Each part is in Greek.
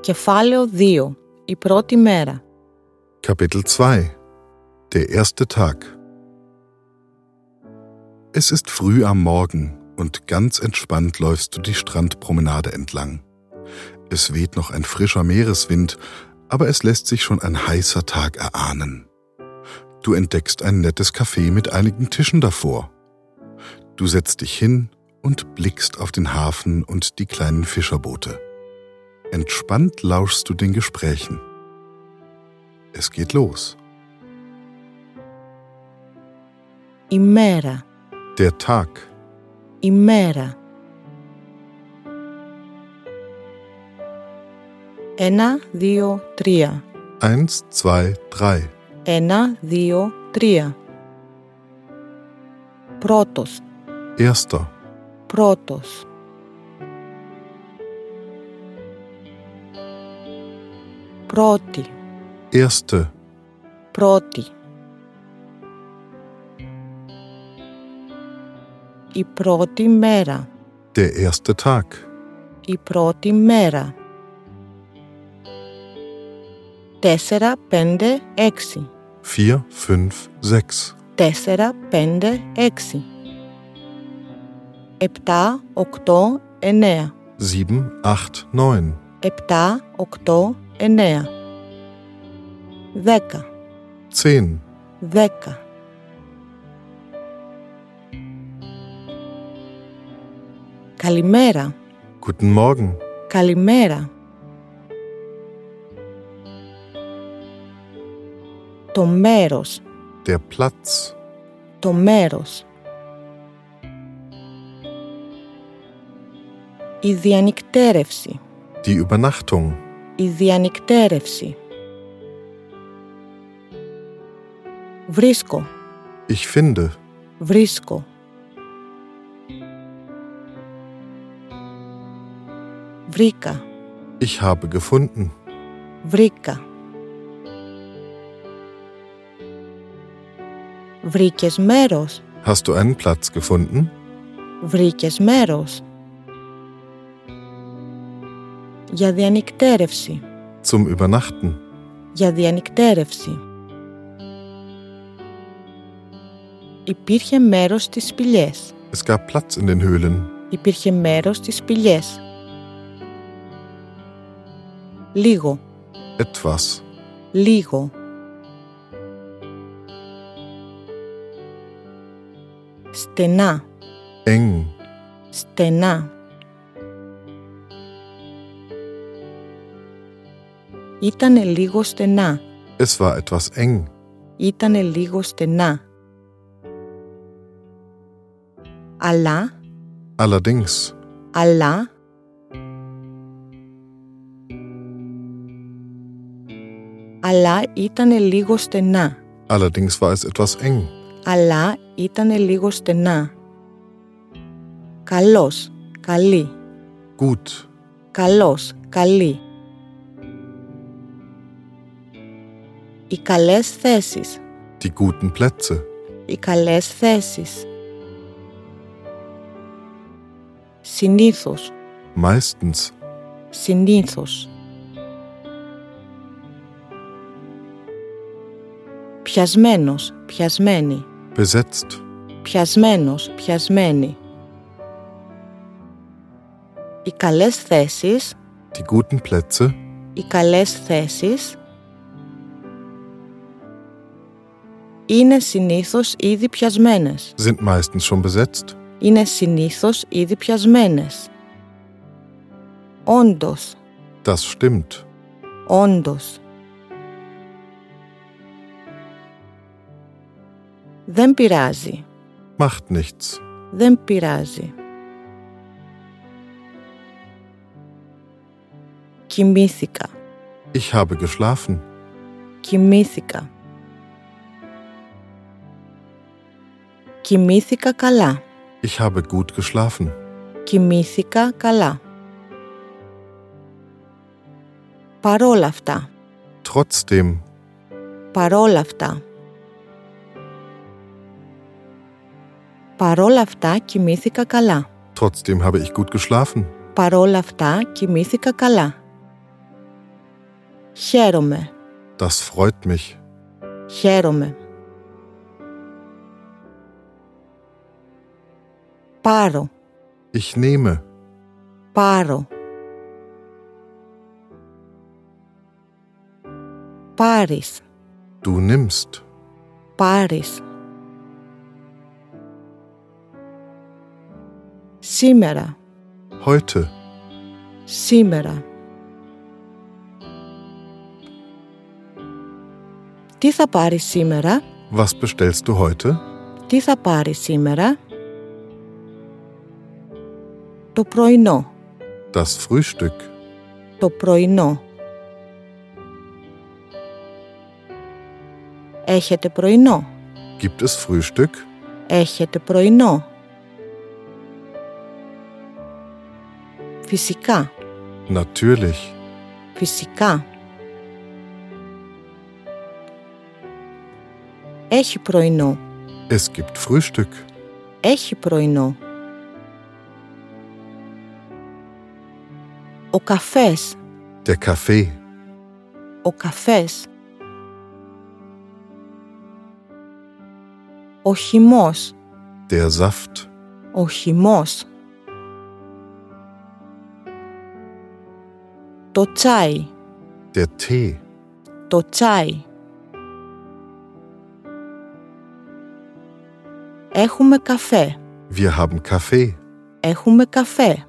Κεφάλαιο 2. Η πρώτη μέρα. Kapitel 2 Der erste Tag Es ist früh am Morgen und ganz entspannt läufst du die Strandpromenade entlang. Es weht noch ein frischer Meereswind, aber es lässt sich schon ein heißer Tag erahnen. Du entdeckst ein nettes Café mit einigen Tischen davor. Du setzt dich hin und blickst auf den Hafen und die kleinen Fischerboote. Entspannt lauschst du den Gesprächen. Es geht los. Ημέρα. Der Tag. Ημέρα. Ένα, δύο, τρία. Eins, zwei, drei. Ένα, δύο, τρία. Πρώτος. Erster. Πρώτος. Πρώτη. Erste. Πρώτη. Η πρώτη μέρα. Der erste Tag. Η πρώτη μέρα. Τέσσερα, πέντε, έξι. Vier, fünf, sechs. Τέσσερα, πέντε, έξι. Επτά, οκτώ, εννέα. Sieben, acht, neun. Επτά, οκτώ, εννέα. Δέκα. Zehn. 10. Καλημέρα, Guten Morgen. καλημέρα. Το μέρος, Der Platz. το μέρος. Η διανυκτέρευση, Die Übernachtung. η διανυκτέρευση. Βρίσκω, Ich finde. Βρίσκω. Βρήκα, Ich habe gefunden. βρήκα. Βρήκες μέρος, Hast du einen Platz gefunden? βρήκες μέρος. Για διανυκτέρευση, Zum Übernachten. για διανυκτέρευση. Υπήρχε μέρος στις σπηλιές. Es gab Platz in den Höhlen. υπήρχε μέρος στις πηγές. Λίγο, Etwas. λίγο. Στενά, Eng. στενά. Ήτανε λίγο στενά, Es war etwas eng. ήτανε λίγο στενά. Αλλά Allerdings. αλλά αλλά ήταν λίγο στενά. Allerdings war es etwas eng. Αλλά ήταν λίγο στενά. Καλός, καλή, Gut. καλός, καλή. Οι καλές θέσεις, Die guten Plätze. οι καλές θέσεις. Συνήθως, Meistens. συνήθως. Πιασμένος, πιασμένη, Besetzt. πιασμένος, πιασμένη. Οι καλές θέσεις, Die guten Plätze. οι καλές θέσεις είναι συνήθως ήδη πιασμένες. Sind meistens schon besetzt. Είναι συνήθως ήδη πιασμένες. Όντως, Das stimmt. Όντως. Δεν πειράζει. Macht nichts. Δεν πειράζει. Κοιμήθηκα. Ich habe geschlafen. Κοιμήθηκα. Κοιμήθηκα καλά. Ich habe gut geschlafen. Κοιμήθηκα καλά. Παρόλα αυτά. Trotzdem. παρόλα αυτά. Παρόλα αυτά κοιμήθηκα καλά. Trotzdem habe ich gut geschlafen. Παρόλα αυτά κοιμήθηκα καλά. Χαίρομαι. Das freut mich. Χαίρομαι. Πάρω. Ich nehme. Πάρω. Πάρεις. Du nimmst. Πάρεις. Σήμερα. Heute. Σήμερα. Τι θα πάρεις σήμερα, Was bestellst du heute? τι θα πάρεις σήμερα. Το πρωινό, Das Frühstück. το πρωινό. Έχετε πρωινό, Gibt es Frühstück? έχετε πρωινό. Φυσικά, Natürlich. φυσικά. Έχει πρωινό, Es gibt Frühstück. έχει πρωινό. Ο καφές, Der Kaffee. ο καφές. Ο χυμός, Der Saft. ο χυμός. Το τσάι, Der Tee. το τσάι. Έχουμε καφέ. Wir haben Kaffee. Έχουμε καφέ.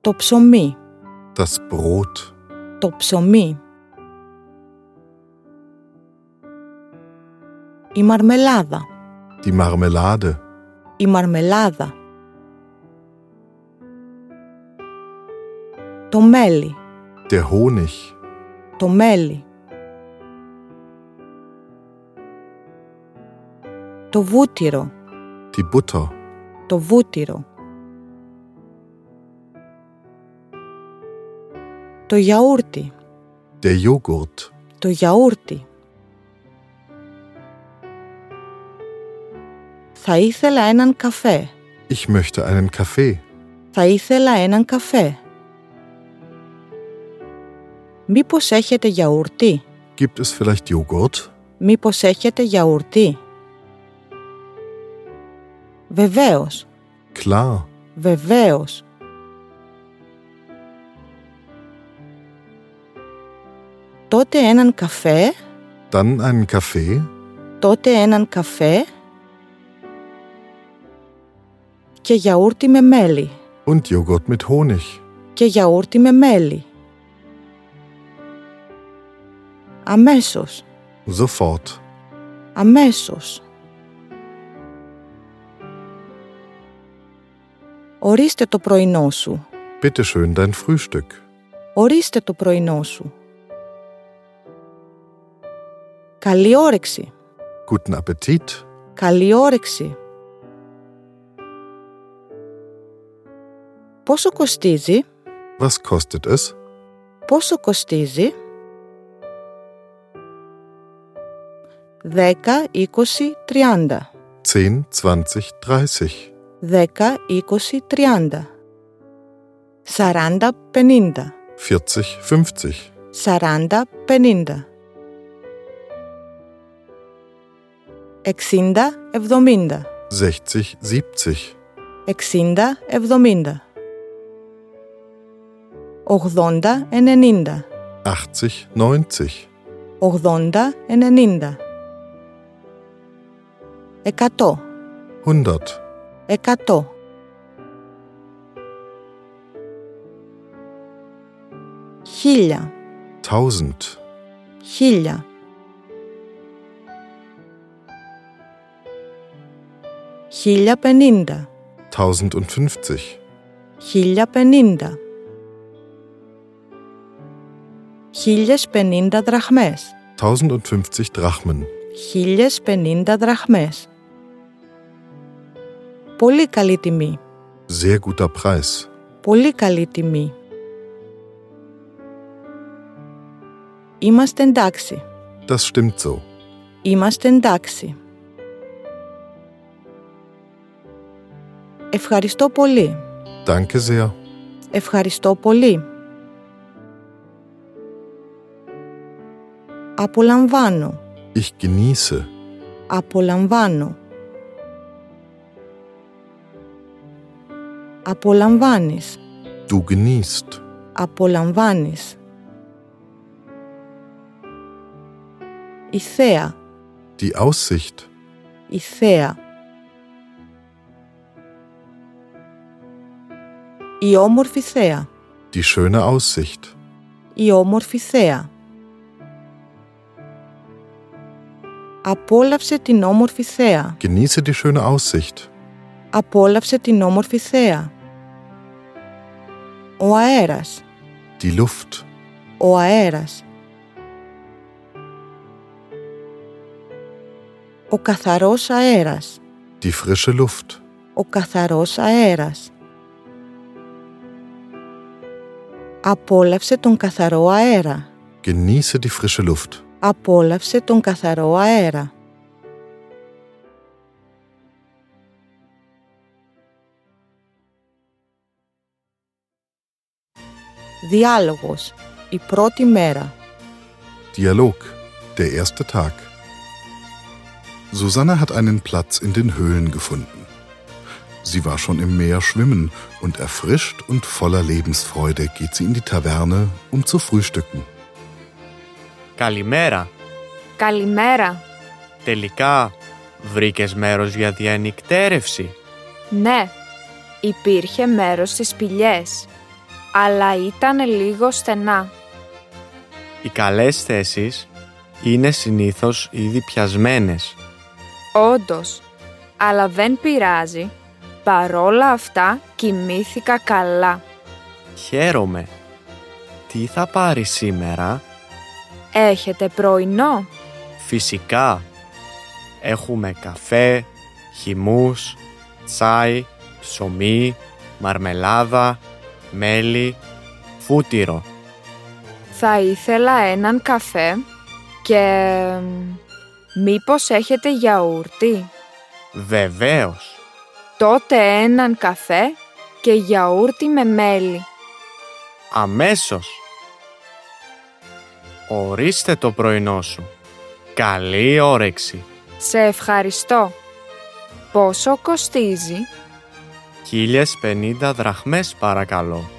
Το ψωμί, Das Brot. το ψωμί. Η μαρμελάδα, Die Marmelade. η μαρμελάδα. Το μέλι, Der Honig. το μέλι. Το βούτυρο, Die Butter. το βούτυρο. Το γιαούρτι, Der Joghurt. το γιαούρτι. Θα ήθελα έναν καφέ, Ich möchte einen Kaffee. θα ήθελα έναν καφέ. Μήπως έχετε γιαούρτι, Gibt es vielleicht Joghurt? μήπως έχετε γιαούρτι. Βεβαίως, Klar. Βεβαίως. Τότε έναν καφέ, Dann einen Kaffee? τότε έναν καφέ και γιαούρτι με μέλι, und Joghurt mit Honig. και γιαούρτι με μέλι. Αμέσως, Sofort. αμέσως. Ορίστε το πρωινό σου. Bitte schön dein Frühstück. Ορίστε το πρωινό σου. Καλή όρεξη. Guten Appetit. Καλή όρεξη. Πόσο κοστίζει, Was kostet es? πόσο κοστίζει. 10, 20, 30. 10, 20, 30, 10, 20, 30. 40, 50. 40, 50. 40, 50. 60, 70. 60, 70, 60, 70. 80, 90. 80, 90, 80, 90. 100, 100, 100. Χίλια. 1000, χίλια. Χίλια πενήντα, 1050, χίλια πενήντα. Χίλιες πενήντα δραχμές, 1050 Drachmen. χίλιες πενήντα δραχμές. Πολύ καλή τιμή, Sehr guter Preis. πολύ καλή τιμή. Είμαστε εντάξει. Das stimmt so. Είμαστε εντάξει. Ευχαριστώ πολύ. Danke sehr. Ευχαριστώ πολύ. Απολαμβάνω. Ich genieße. Απολαμβάνω. Απολαμβάνεις. Du genießt. Απολαμβάνεις. Η θέα. Die Aussicht. Η θέα. Η όμορφη θέα. Die schöne Aussicht. Η όμορφη θέα. Απόλαυσε την όμορφη θέα. Genieße die schöne Aussicht. Απόλαυσε την όμορφη θέα. Ο αέρας. Die Luft. Ο αέρας. Ο καθαρός αέρας. Die frische Luft. Ο καθαρός αέρας. Απόλαυσε τον καθαρό αέρα. Genieße die frische Luft. Απόλαυσε τον καθαρό αέρα. Διάλογος. Η πρώτη μέρα. Dialog. Der erste Tag. Susanne hat einen Platz in den Höhlen gefunden. Sie war schon im Meer schwimmen und erfrischt und voller Lebensfreude geht sie in die Taverne, um zu frühstücken. Καλημέρα. Καλημέρα. Τελικά, βρήκες μέρος για διανυκτέρευση. Ναι, υπήρχε μέρος στις πηλιές, αλλά ήταν λίγο στενά. Οι καλές θέσεις είναι συνήθως ήδη πιασμένες. Όντως, αλλά δεν πειράζει. Παρόλα αυτά κοιμήθηκα καλά. Χαίρομαι. Τι θα πάρεις σήμερα? Έχετε πρωινό. Φυσικά. Έχουμε καφέ, χυμούς, τσάι, ψωμί, μαρμελάδα, μέλι, φούτυρο. Θα ήθελα έναν καφέ και... μ, Μήπως έχετε γιαούρτι. Βεβαίως. Τότε έναν καφέ και γιαούρτι με μέλι. Αμέσως. Ορίστε το πρωινό σου. Καλή όρεξη. Σε ευχαριστώ. Πόσο κοστίζει? 1050 δραχμές παρακαλώ.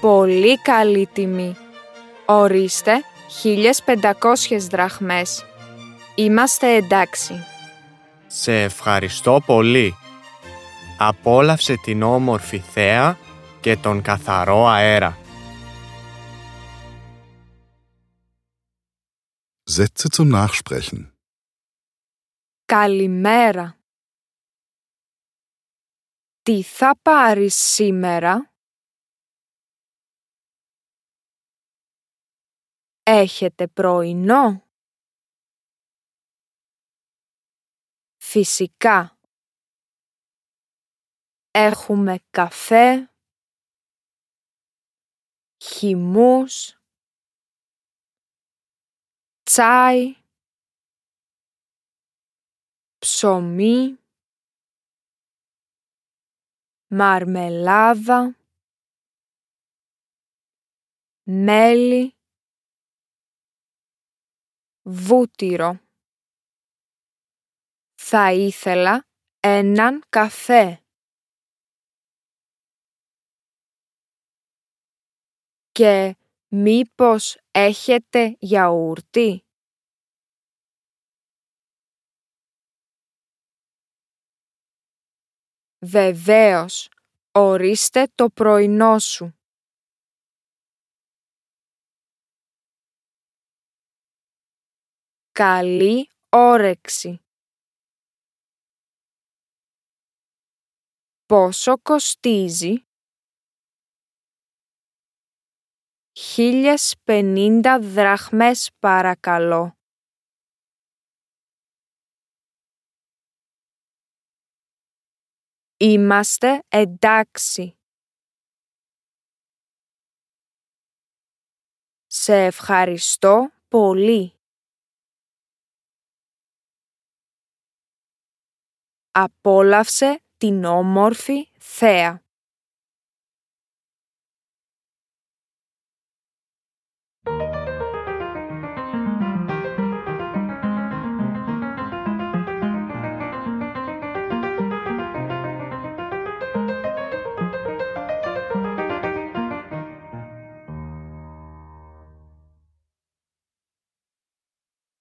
Πολύ καλή τιμή. Ορίστε, 1500 δραχμές. Είμαστε εντάξει. Σε ευχαριστώ πολύ. Απόλαυσε την όμορφη θέα και τον καθαρό αέρα. Sätze zum Nachsprechen. Καλημέρα. Τι θα πάρεις σήμερα? Έχετε πρωινό? Φυσικά. Έχουμε καφέ, χυμούς, τσάι, ψωμί, μαρμελάδα, μέλι, βούτυρο. Θα ήθελα έναν καφέ. Και μήπως έχετε γιαούρτι. Βεβαίως, ορίστε το πρωινό σου. Καλή όρεξη. Πόσο κοστίζει? 1050 δραχμές παρακαλώ. Είμαστε εντάξει. Σε ευχαριστώ πολύ. Απόλαυσε την όμορφη θέα.